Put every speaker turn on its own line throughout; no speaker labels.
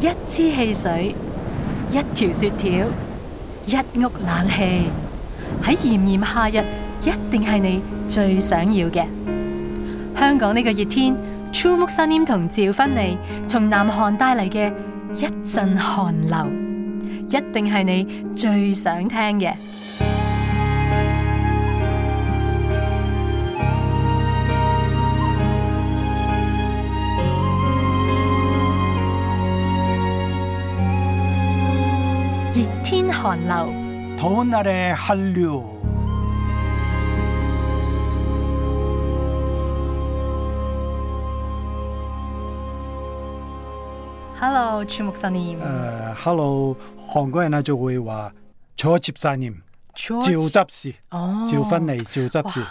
一支汽水，一條雪條，一屋冷氣，喺炎炎夏日，一定係你最想要嘅。香港呢個熱天，True 木森黏同趙芬妮從南韓帶嚟嘅一陣寒流，一定係你最想聽嘅。熱天寒流，
더운 날의 한류.
哈嘍，True 木森黏，
어, hello, 한국에나 저거에 와. 저 집사님,
趙
趙執事，
哦
趙芬妮，趙執事
哇。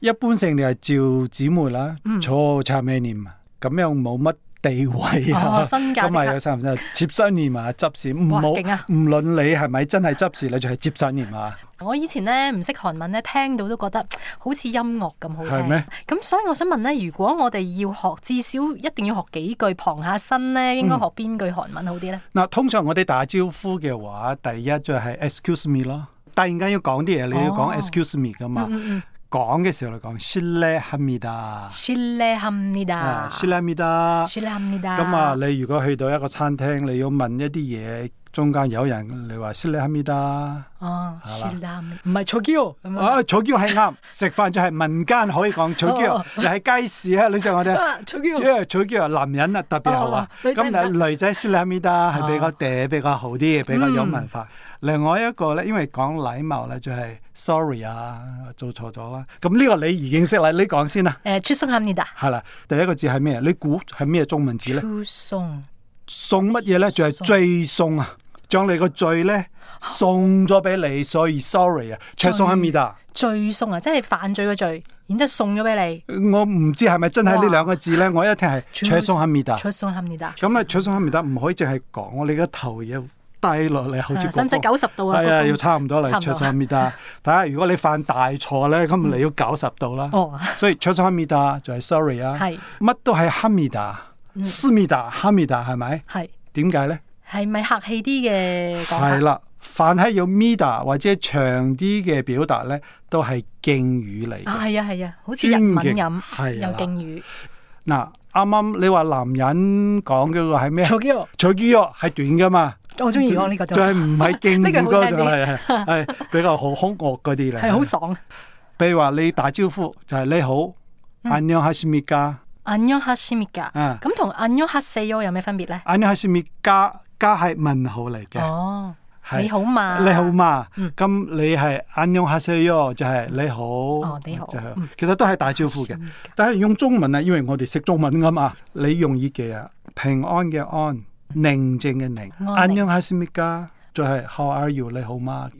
一般性你係趙姊妹啦
嗯，
坐查咩念啊？咁樣冇乜地位啊
哦，身價即刻
咁咪有三唔三？接生念啊，執事唔
哇
好，
勁啊
唔論你係咪真係執事，你就係接生念啊。
我以前咧唔識韓文咧，聽到都覺得好似音樂咁好
係
聽
咩。
咁所以我想問咧，如果我哋要學，至少一定要學幾句旁下身咧，
嗯
應該學邊句韓文好啲咧？
嗱，通常我哋打招呼嘅話，第一就係 excuse me 咯。突然間要講啲嘢，你要
哦
講 excuse me 噶嘛。
嗯嗯
講嘅時候嚟講 s h i l e h a m i d a
s h i l e h a m n i d a
啊
s
s h i l e h a m i d a
h i l e h a m n i d a
咁啊，你如果去到一個餐廳，你要問一啲嘢，中間有人你話 s h i l e h a m i d a
哦 s
係
h i
啦
l e h a m 唔係 c h o g i o 咁啊
啊，草椒係啱，食飯就係民間可以講草
哦
椒，你喺街市啊，你上我哋。
c h o g i
因
o
為草椒係男人啊，特別係
哦
話，
女仔唔得
咁啊你女仔 s i l a m i d a 係比較嗲，比較好啲，比較有文
嗯
化。另外一個咧，因為講禮貌咧，就係 sorry 啊，做錯咗啦。咁呢個你已經識啦，你講先啦，
誒 c h u s o n g h a m n i d a
係啦。第一個字係咩？你估係咩中文字
c
咧
h？u s o n
送乜嘢咧？就係
送
追送啊，將你個罪咧送咗俾你，所以 sorry 啊 c h e s o n a m i d a
罪送啊，即係犯罪嘅罪，然之後送咗俾
我唔知係咪真係呢兩個字咧，我一聽係 c h e s o n a m i d
你
a
c h u s o n g h a m n i d a
咁啊，取送唔得，唔可以淨係講，我哋個頭要低落嚟，好似
啊使唔使
個個
90度啊
係
個
啊，
個
要差唔多
差
嚟
唔多
取送 咪得。但係如果你犯大錯咧，咁你要九十度啦。
哦，
所以取送咪得就係 sorry 啊，
係嗯
乜都係哈密達、思密達、哈密達係咪？
係
點解咧？
係咪客氣啲嘅講法
係？啦，凡係有咪達或者長啲嘅表達咧，都係敬語嚟嘅。
啊，係啊，係啊，好似日文
尊敬
咁，
係啊
有
啦
敬語。
嗱，啱啱你話男人講嘅個係咩？啊嗯
草叫，
取肌肉係短 噶嘛？
我中意講呢個
就
就
係唔係勁
呢
嗰
句好
個
聽
就
啲，
係係比較好凶惡嗰啲咧。
係好爽。啊
譬如話你打招呼就係你好，
嗯
안녕하십니까，
안녕하십니까
啊
咁同안녕하세요有咩分別咧？
안녕하십니까，加係問號嚟嘅，
哦，
係
你好嘛？
你好。嘛
嗯？
咁你係안녕하세요就係你好，哦
你好嗯
其實都係打招呼嘅，但係用中文啊，因為我哋識中文噶嘛，你容易記啊，平安嘅安，寧靜嘅寧，
安
안녕
寧
하십니까，就係 How are you？你好嗎？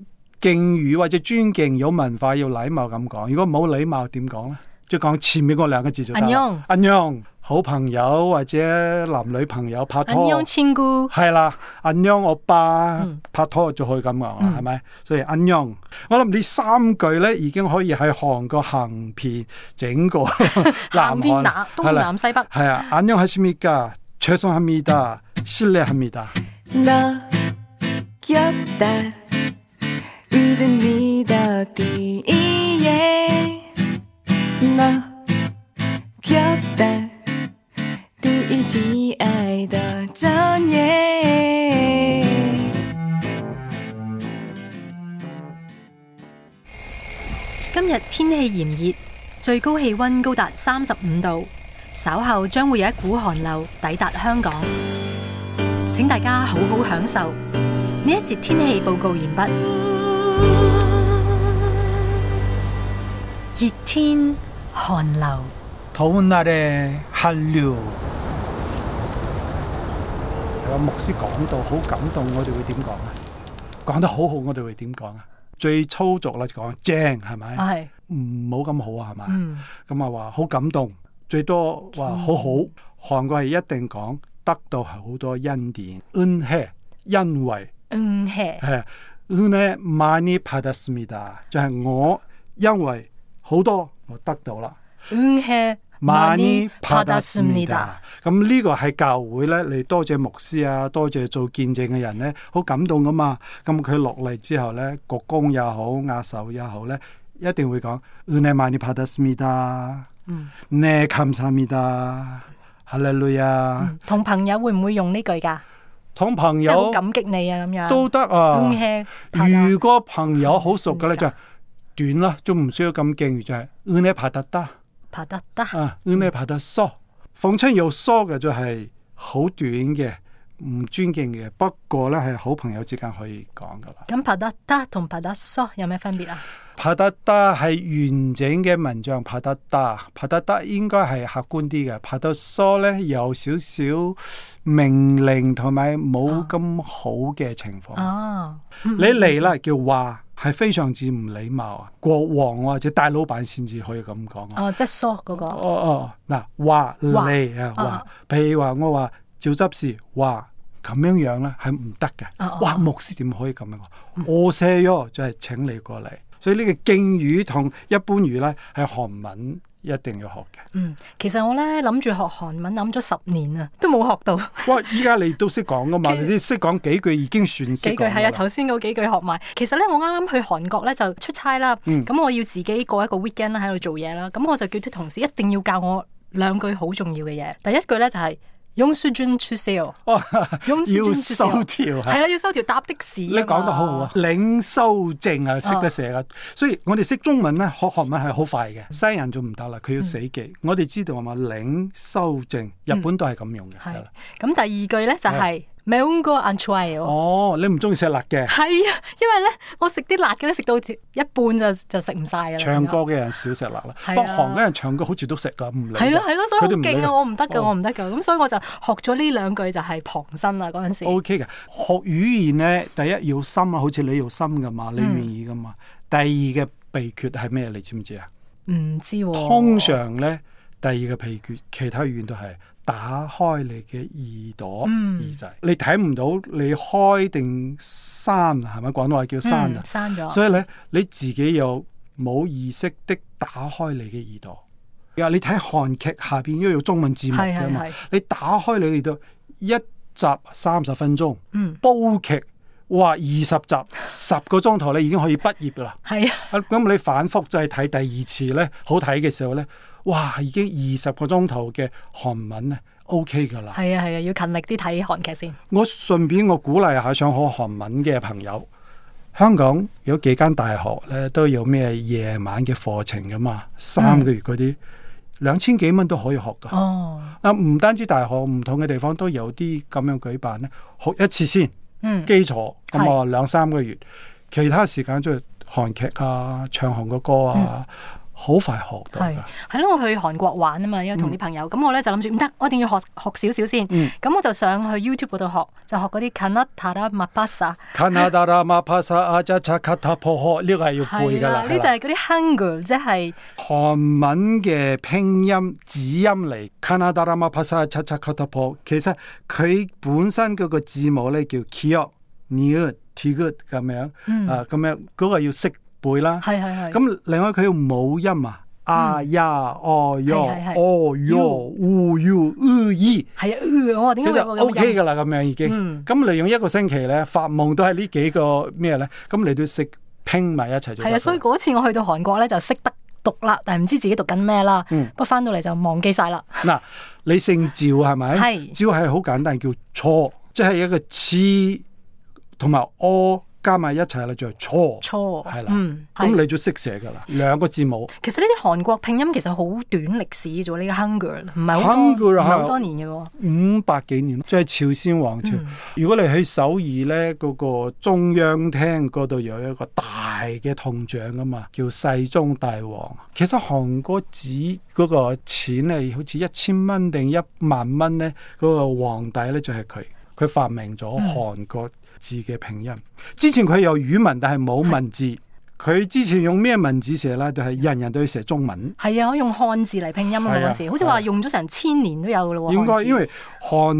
敬語或者尊敬有文化要禮貌咁講，如果冇禮貌點講咧？即係講前面嗰兩個字就得啦。안녕，好朋友或者男女朋友拍
안녕
拖。
千姑，
係啦，銀央我爸
嗯
拍拖就可以咁講啦
嗯，
係咪、所以銀央，我諗呢三句咧已經可以喺韓國行遍整個南
南邊
韓，
南
係
東
啦，
南西北。
係啊，銀央喺斯米加，최송합니다，실례합니다。
너 귀엽다 믿은 믿어띠예 너 귀엽다 DEG 아이더 전예
今日天氣炎熱，最高氣温高達三十五度，稍後將會有一股寒流抵達香港。請大家好好享受呢一節天氣報告完畢。熱天寒流。
더운 날에 한류有個牧師講到好感動，我哋會點講啊？講得好好，我哋會點講啊？最粗俗啦，講正係咪？
啊係，
唔好咁好啊，係嘛？
嗯，
咁啊話好感動，最多話好好。韓國係一定講得到好多恩典，恩係因為
嗯嘿，
係恩呢 많이 받았습니다，就係我因為好多我得到啦。
嗯嘿，
많이
받
받았습니다.
았습니다
咁呢個係教會咧，你多謝牧師啊，多謝做見證嘅人咧，好感動噶嘛。咁佢落嚟之後咧，鞠躬也好，握手也好咧，一定會講 은혜 많이 받았습니다。
嗯，
네감사합니다。할렐루야。
嗯同朋友會唔會用呢句噶？
同朋
即係好
友
感激你啊咁樣。
都得啊
嗯。嘿，받아嗯
如果朋友好熟嘅咧，就係短啦，都唔需要咁勁，就係 은혜 받았다。
받았다
啊，你排得疏，逢親有疏嘅就係好短嘅，唔尊敬嘅。不過咧係好朋友之間可以講噶啦。
咁받았다同받았어有咩分別啊？
帕德達係完整嘅文章，帕德達，帕德達應該係客觀啲嘅。帕德疏咧有少少命令同埋冇咁好嘅情況。
哦，
你嚟啦叫話係非常之唔禮貌啊！國王或者大老闆先至可以咁講啊。
哦，即係疏嗰個。
哦哦，嗱，話
話
你啊，
啊
話，譬如話我話照執事話咁樣樣咧係唔得
啊啊嗯
嘅，哇，牧師點可以咁樣講？我寫咗就係請你過嚟，所以呢個敬語同一般語咧係韓文一定要學 嘅。
嗯，其實我咧諗住學韓文諗咗十年啊，都冇學到
哇，依家你都識 講噶嘛？
其實
你啲識講幾句已經算 識
幾句，
講
係啊，
㗎啦。
頭先嗰幾句學埋。其實咧，我啱啱去韓國咧就出差啦，咁、
嗯
我要自己過一個 weekend 啦，喺度做嘢啦，咁我就叫啲同事一定要教我兩句好重要嘅嘢。第一句咧就係、用書專出 sale，
哦，
用書
要
專出
收
sale，
條啊
係啦，要收條搭的士。你
你講得好好啊！！領修正
哦
啊，識得寫啊，所以我哋識中文咧，學韓文係好快
嗯
嘅。西人就唔得啦，佢要死記。我哋知道係嘛？領修正，日本都係咁用嘅。係
嗯係
啦
咁，第二句咧就係 m e n g o and trial。
哦，你唔中意食辣嘅，
係啊，因為咧，我食啲辣嘅咧，食到一半就就食唔晒噶啦。
唱歌嘅人少食辣啦。
係啊
北韓嘅人唱歌好似都食噶，唔理㗎。
係咯係咯，所以好
佢哋唔理
勁
㗎
啊！我唔得噶，
哦
我唔得噶，咁所以我就學咗呢兩句就係旁身啦嗰陣時。
O K 嘅，學語言咧，第一要心啊，好似你要心噶嘛，你
嗯
願意噶嘛。第二嘅秘訣係咩？你知唔知啊？
唔知喎。
通常咧，第二個秘訣，其他語言都係打開你嘅耳朵、
嗯
耳仔，你睇唔到你開定閂啊，係咪廣東話叫閂啊
嗯？刪咗。
所以咧，你自己又冇意識的打開你嘅耳朵。呀，你睇韓劇下邊因為有中文字幕
係
㗎
係
嘛
係，
你打開你嘅耳朵，一集三十分鐘，
嗯
煲劇哇二十集十個鐘頭，你已經可以畢業㗎啦。
係啊，
啊，咁你反覆再睇第二次咧，好睇嘅時候咧，哇，已經二十個鐘頭嘅韓文咧，OK 噶啦。
係啊，係啊，要勤力啲睇韓劇先。
我順便我鼓勵下想學韓文嘅朋友，香港有幾間大學咧都有咩夜晚嘅課程噶嘛，三個月嗰啲兩千幾蚊都可以學噶。
哦，
啊，唔單止大學，唔同嘅地方都有啲咁樣舉辦咧，學一次先。
嗯，
基礎，
係
咁我兩三個月，其他時間就係韓劇啊、唱韓國歌啊，好、快學到
嗯係
㗎。
係咯，我去韓國玩啊嘛，因為同啲朋友，咁我咧就諗住唔得，我一定要學學少少先。
嗯
咁我就上去 YouTube 嗰度學，就學嗰啲 Kanatara Mapasa。
卡那達拉馬帕薩阿扎查卡塔破殼，呢個係要背
係
㗎啦。
呢
係
就
啦
係嗰啲 Hangul，即係
韓文嘅拼音子音嚟，卡那達拉馬帕薩阿扎查卡塔破，其實佢本身嗰個字母咧叫 kio、niu、tigut 咁樣，
嗯
啊咁樣嗰個要識背啦。
係係係。
咁另外佢要母音啊，啊呀、哦
係係
喲、
係
哦喲、烏喲、烏咿，
係啊，呃我話點
其
解會
實
有個咁
O
嘅
K
音
噶啦，咁樣已
嗯
經。咁利用一個星期咧，發夢都係呢幾個咩咧？咁你都識拼埋一齊做。
係啊，所以嗰次我去到韓國咧就識得讀啦，但係唔知自己讀緊咩啦。
嗯
不過翻到嚟就忘記晒啦。
嗱，你姓趙係咪？
係
趙係好簡單，叫錯，即係一個黐同埋 o 加加埋一齊啦，就係錯。
錯
係啦
嗯，係
咁你就識寫噶啦，兩個字母。
其實呢啲韓國拼音其實好短歷史啫喎，呢、個 Hangul 唔係好多，唔
Hangul 係
係好多年嘅喎。
五百幾年，即係朝鮮王朝。如果你去首爾呢，嗰、個中央廳嗰度有一個大嘅銅像噶嘛，叫世宗大王。其實韓國紙嗰個錢咧，好似一千蚊定一萬蚊呢，嗰、個皇帝呢就係佢，佢發明咗韓國字嘅拼音。之前佢有語文，但係冇文字。佢之前用咩文字寫呢？就係、人人都要寫中文。
係啊，我用漢字嚟拼音啊嘛
係啊
嗰陣時，好似話用咗成千年都有咯喎。
應
漢
該
字
因為韓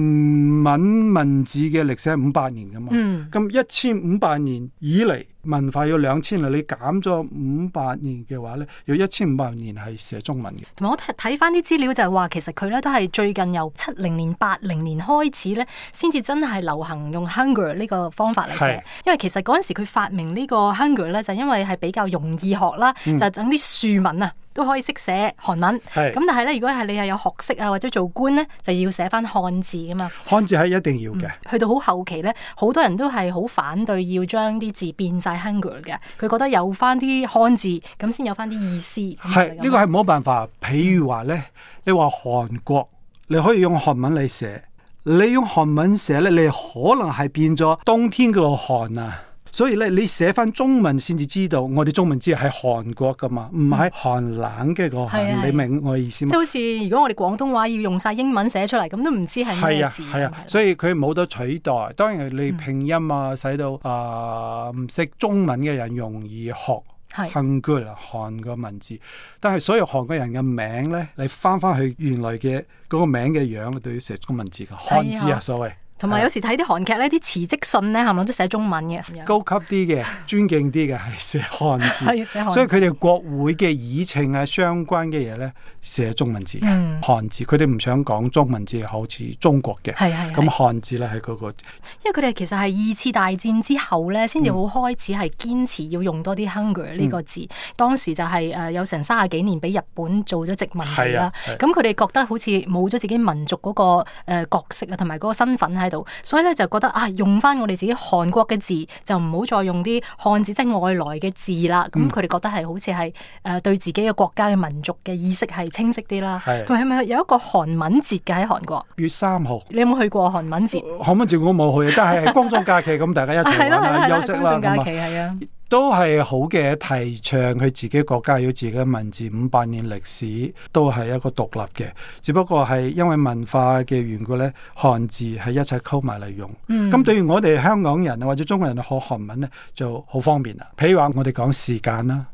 文文字嘅歷史係五百年噶嘛，
嗯
咁一千五百年以嚟文化有兩千年，你減咗五百年嘅話咧，有一千五百年係寫中文嘅。
同埋我睇睇翻啲資料就係話，其實佢咧都係最近由七零年、八零年開始咧，先至真係流行用 Hangul 呢個方法嚟
係
寫。因為其實嗰陣時佢發明呢個 Hangul 咧，就因為係比較容易學啦，就等啲庶民啊都可以識寫韓文。
嗯係
咁但係咧，如果係你係有學識啊，或者做官咧，就要寫翻漢字噶嘛。
漢字係一定要嘅，
去到好後期咧，好多人都係好反對要將啲字變晒 Hangul 嘅，佢覺得有翻啲漢字咁先有翻啲意思。咁
係
就咁
呢個係冇辦法。譬如話咧，你話韓國，你可以用韓文嚟寫，你用韓文寫咧，你可能係變咗冬天嗰個寒啊。所以咧，你寫翻中文先至知道，我哋中文知係韓國噶嘛，唔係寒冷嘅個寒，
嗯係啊係啊
你明我意思
即
嗎
係？好似如果我哋廣東話要用晒英文寫出嚟，咁都唔知係嗯
係
咩
啊，
字。
係啊，所以佢冇得取代。當然你拼音啊，使到啊唔識中文嘅人容易學
係
Hangul 啊韓個文字，但係所有韓國人嘅名咧，你翻翻去原來嘅嗰個名嘅樣咧，都要寫中文字嘅漢字
係
啊，
啊
所謂
同埋有時睇啲韓劇呢啲辭職信咧，冚唪唥都寫中文嘅。咁樣
高級啲嘅、尊敬啲嘅係寫漢
係
字，
要寫漢字
所以佢哋國會嘅議程啊、相關嘅嘢咧，寫中文字嘅、
嗯
漢字，佢哋唔想講中文字好似中國嘅，
係係係
咁漢字咧係嗰個。
因為佢哋其實係二次大戰之後咧，先至好開始係堅持要用多啲 hunger 呢個字。當時就係、誒、有成三十幾年俾日本做咗殖民地
係
啦
啊係，
咁佢哋覺得好似冇咗自己民族嗰、個、誒角色啊，同埋嗰個身份喺度，所以咧就覺得啊，用翻我哋自己韓國嘅字，就唔好再用啲漢字即係外來嘅字啦。咁佢哋覺得係好似係誒對自己嘅國家嘅民族嘅意識係清晰啲啦
係。
同埋係咪有一個韓文節嘅喺韓國？
月三號。
你有冇去過韓文節？
可唔可以照顧冇去？但係公眾假期咁，大家一
啊，
齊
係啦， 係啦，
玩
係啦
啦，，休息
公
啦，
眾假
咁
期
啊，
係啊，
都係好嘅提倡。佢自己國家有自己嘅文字，五百年歷史都係一個獨立嘅，只不過係因為文化嘅緣故咧，漢字係一齊溝埋嚟用。咁、
嗯
對於我哋香港人啊或者中國人學韓文咧就好方便啦。啊譬如話我哋講時間啦，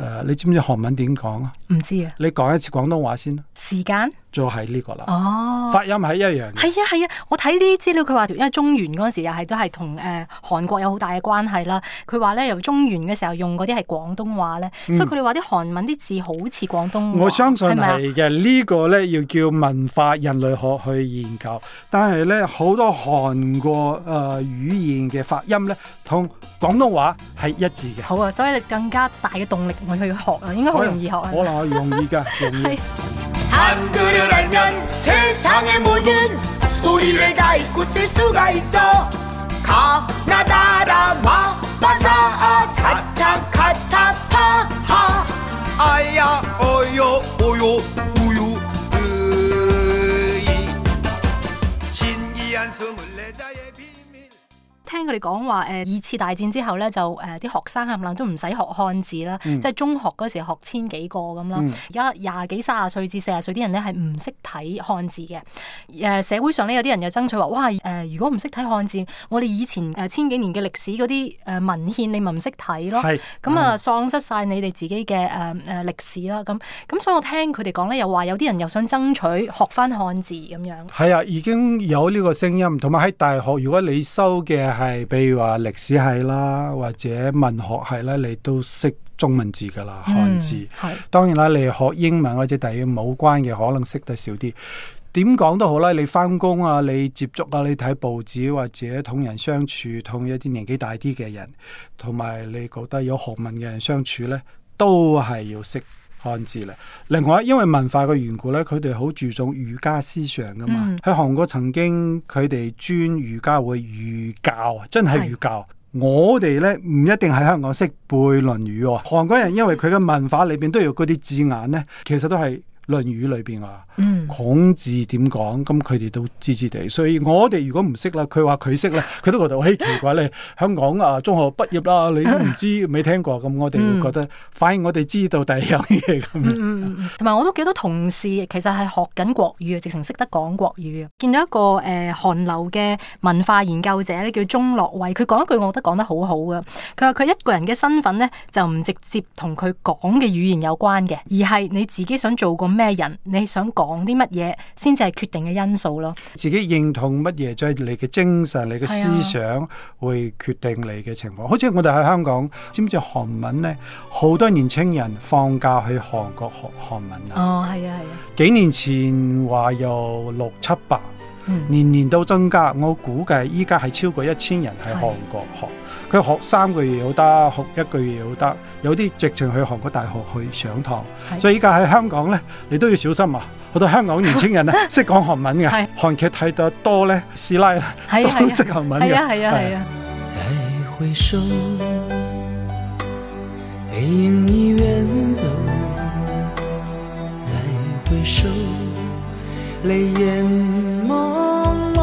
誒、你知唔知韓文點講啊？
唔知啊，
你講一次廣東話先啦，
時間
就係呢個啦。
哦。
發音係一樣嘅，
係啊係啊，我睇啲資料，佢話因為中原嗰陣時又係都係同誒韓國有好大嘅關係啦。佢話咧由中原嘅時候用嗰啲係廣東話咧，所以佢哋話啲韓文啲字好似廣東話，
嗯我相信
係咪啊
係嘅，呢個呢要叫文化人類學去研究，但係呢，好多韓國誒、呃、語言嘅發音呢，同廣東話係一致嘅，
好啊，所以你更加大嘅動力我去學啊，應該好容易學啊。
可能係容易㗎， 容易。
한글을 알면 세상의 모든 소리를 다 읽고 쓸 수가 있어 가나다라 마마사 아, 차차 카타파하 아야 어요 오요 우유 으이 신기한 스물네 자의 비밀
聽佢哋講話誒二次大戰之後咧，就誒啲學生冚唪唥都唔使學漢字啦，
嗯
即係中學嗰時學千幾個咁啦。而家廿幾三十歲啊至四十歲啲人咧係唔識睇漢字嘅。誒、社會上咧有啲人又爭取話，哇誒、如果唔識睇漢字，我哋以前誒、千幾年嘅歷史嗰啲誒文獻，你咪唔識睇咯。
係嗯
咁啊，喪失晒你哋自己嘅誒誒歷史啦。咁咁，所以我聽佢哋講咧，又話有啲人又想爭取學翻漢字咁樣。
係啊，已經有呢個聲音，同埋喺大學，如果你修嘅係，譬如話歷史系啦，或者文學系啦，你都識中文字㗎啦，漢字。
嗯係
當然啦，你學英文或者第二語冇關嘅，可能識得少啲。點講都好啦，你翻工啊，你接觸啊，你睇報紙或者同人相處，同一啲年紀大啲嘅人，同埋你覺得有學問嘅人相處呢，都係要識漢字啦。另外，因為文化嘅緣故呢，佢哋好注重儒家思想噶啊嘛。喺、韓國曾經佢哋專儒家會儒教，真係儒教。我哋咧唔一定喺香港識背《論語》喎，韓國人因為佢嘅文化裏邊都有嗰啲字眼咧，其實都係《論語》裏邊啊。
嗯，
孔子點講，咁佢哋都知知地，所以我哋如果唔識啦，佢話佢識啦，佢都覺得好奇怪咧。香港啊，中學畢業啦，你
嗯
都唔知未聽過，咁我哋會覺得，反而我哋知道第二樣嘢咁樣。
嗯嗯，同埋我都幾多同事其實係學緊國語啊，直情識得講國語啊。見到一個誒、呃、韓流嘅文化研究者咧，叫鐘樂偉，佢講一句我覺得講得好好啊。佢話佢一個人嘅身份咧，就唔直接同佢講嘅語言有關嘅，而係你自己想做個咩人，你想講啲乜嘢，先至係決定嘅因素咯。
自己認同乜嘢，就係你嘅精神、你嘅
係啊
思想會決定你嘅情況。好似我哋喺香港，知唔知韓文呢？好多年青人放假去韓國學韓文啊！
哦，係啊，係啊，
幾年前話有六七百，
嗯，
年年都增加。我估計依家係超過一千人喺韓國學。佢學三個月又得，學一個月又得，有啲直情去韓國大學去上堂。
係
所以依家喺香港呢，你都要小心啊！好多香港年青 人呢，識講韓文嘅
係，
韓劇睇得多呢，師奶啦
係啊，
都識
係啊，
韓文
係啊，
嘅。
係啊，係啊。
再回首，背影已远走。再回首，泪眼朦胧，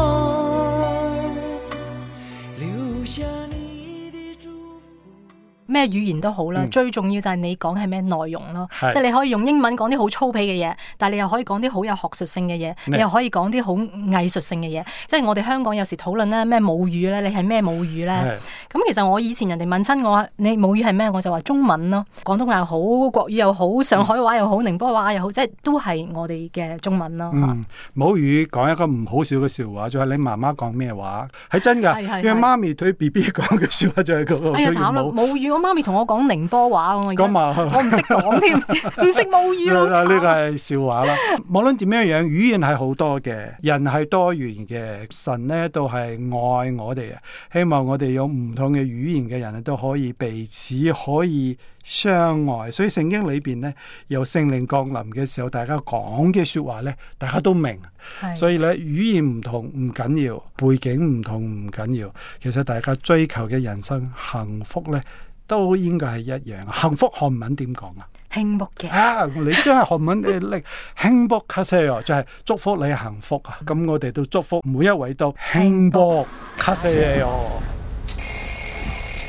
留下你的祝福。
咩語言都好啦，
嗯
最重要就係你講係咩內容咯。
係
即係你可以用英文講啲好粗鄙嘅嘢，但係你又可以講啲好有學術性嘅嘢，
嗯
你又可以講啲好藝術性嘅嘢。即係我哋香港有時討論咧咩母語咧，你係咩母語咧？
係
咁其實我以前人哋問親我，你母語係咩？我就話中文咯，廣東話又好，國語又好，上海話又好，寧波話又好，即係都係我哋嘅中文咯。嚇
嗯，母語講一個唔好笑嘅笑話，就係你媽媽講咩話，係真㗎。
係係
因為媽咪對 B B 講嘅笑話就係嗰個。
哎呀
對
慘啦！
母
母語我媽咪同我講寧波話喎，我而家
咁啊
我唔識講添，唔識母語好
呢呢
慘
個係笑話啦。無論點樣樣，語言係好多嘅，人係多元嘅，神呢都係愛我哋嘅。希望我哋有唔同嘅語言嘅人都可以彼此可以相愛。所以聖經裏邊呢，有聖靈降臨嘅時候，大家講嘅説話呢，大家都明。
係
所以咧，語言唔同唔緊要，背景唔同唔緊要，其實大家追求嘅人生幸福咧，都應該係一樣。幸福韓文點講啊？
輕薄嘅。
啊，你真係韓文誒叻，幸福卡西就係祝福你幸福啊！咁我哋都祝福每一位都幸福卡西哦。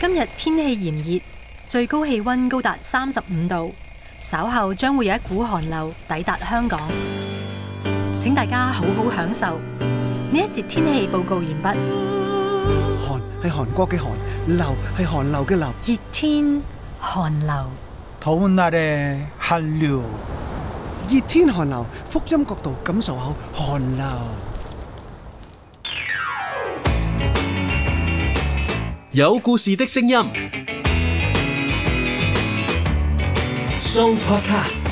今日天氣炎熱，最高氣温高達三十五度，稍後將會有一股寒流抵達香港。請大家好好享受呢一節天氣報告完畢。
寒係韓國嘅寒，流係韓流嘅流。
熱天寒流，
討論下咧，寒流。
熱天寒流，福音角度感受下寒流。
有故事的聲音。
Show Podcast。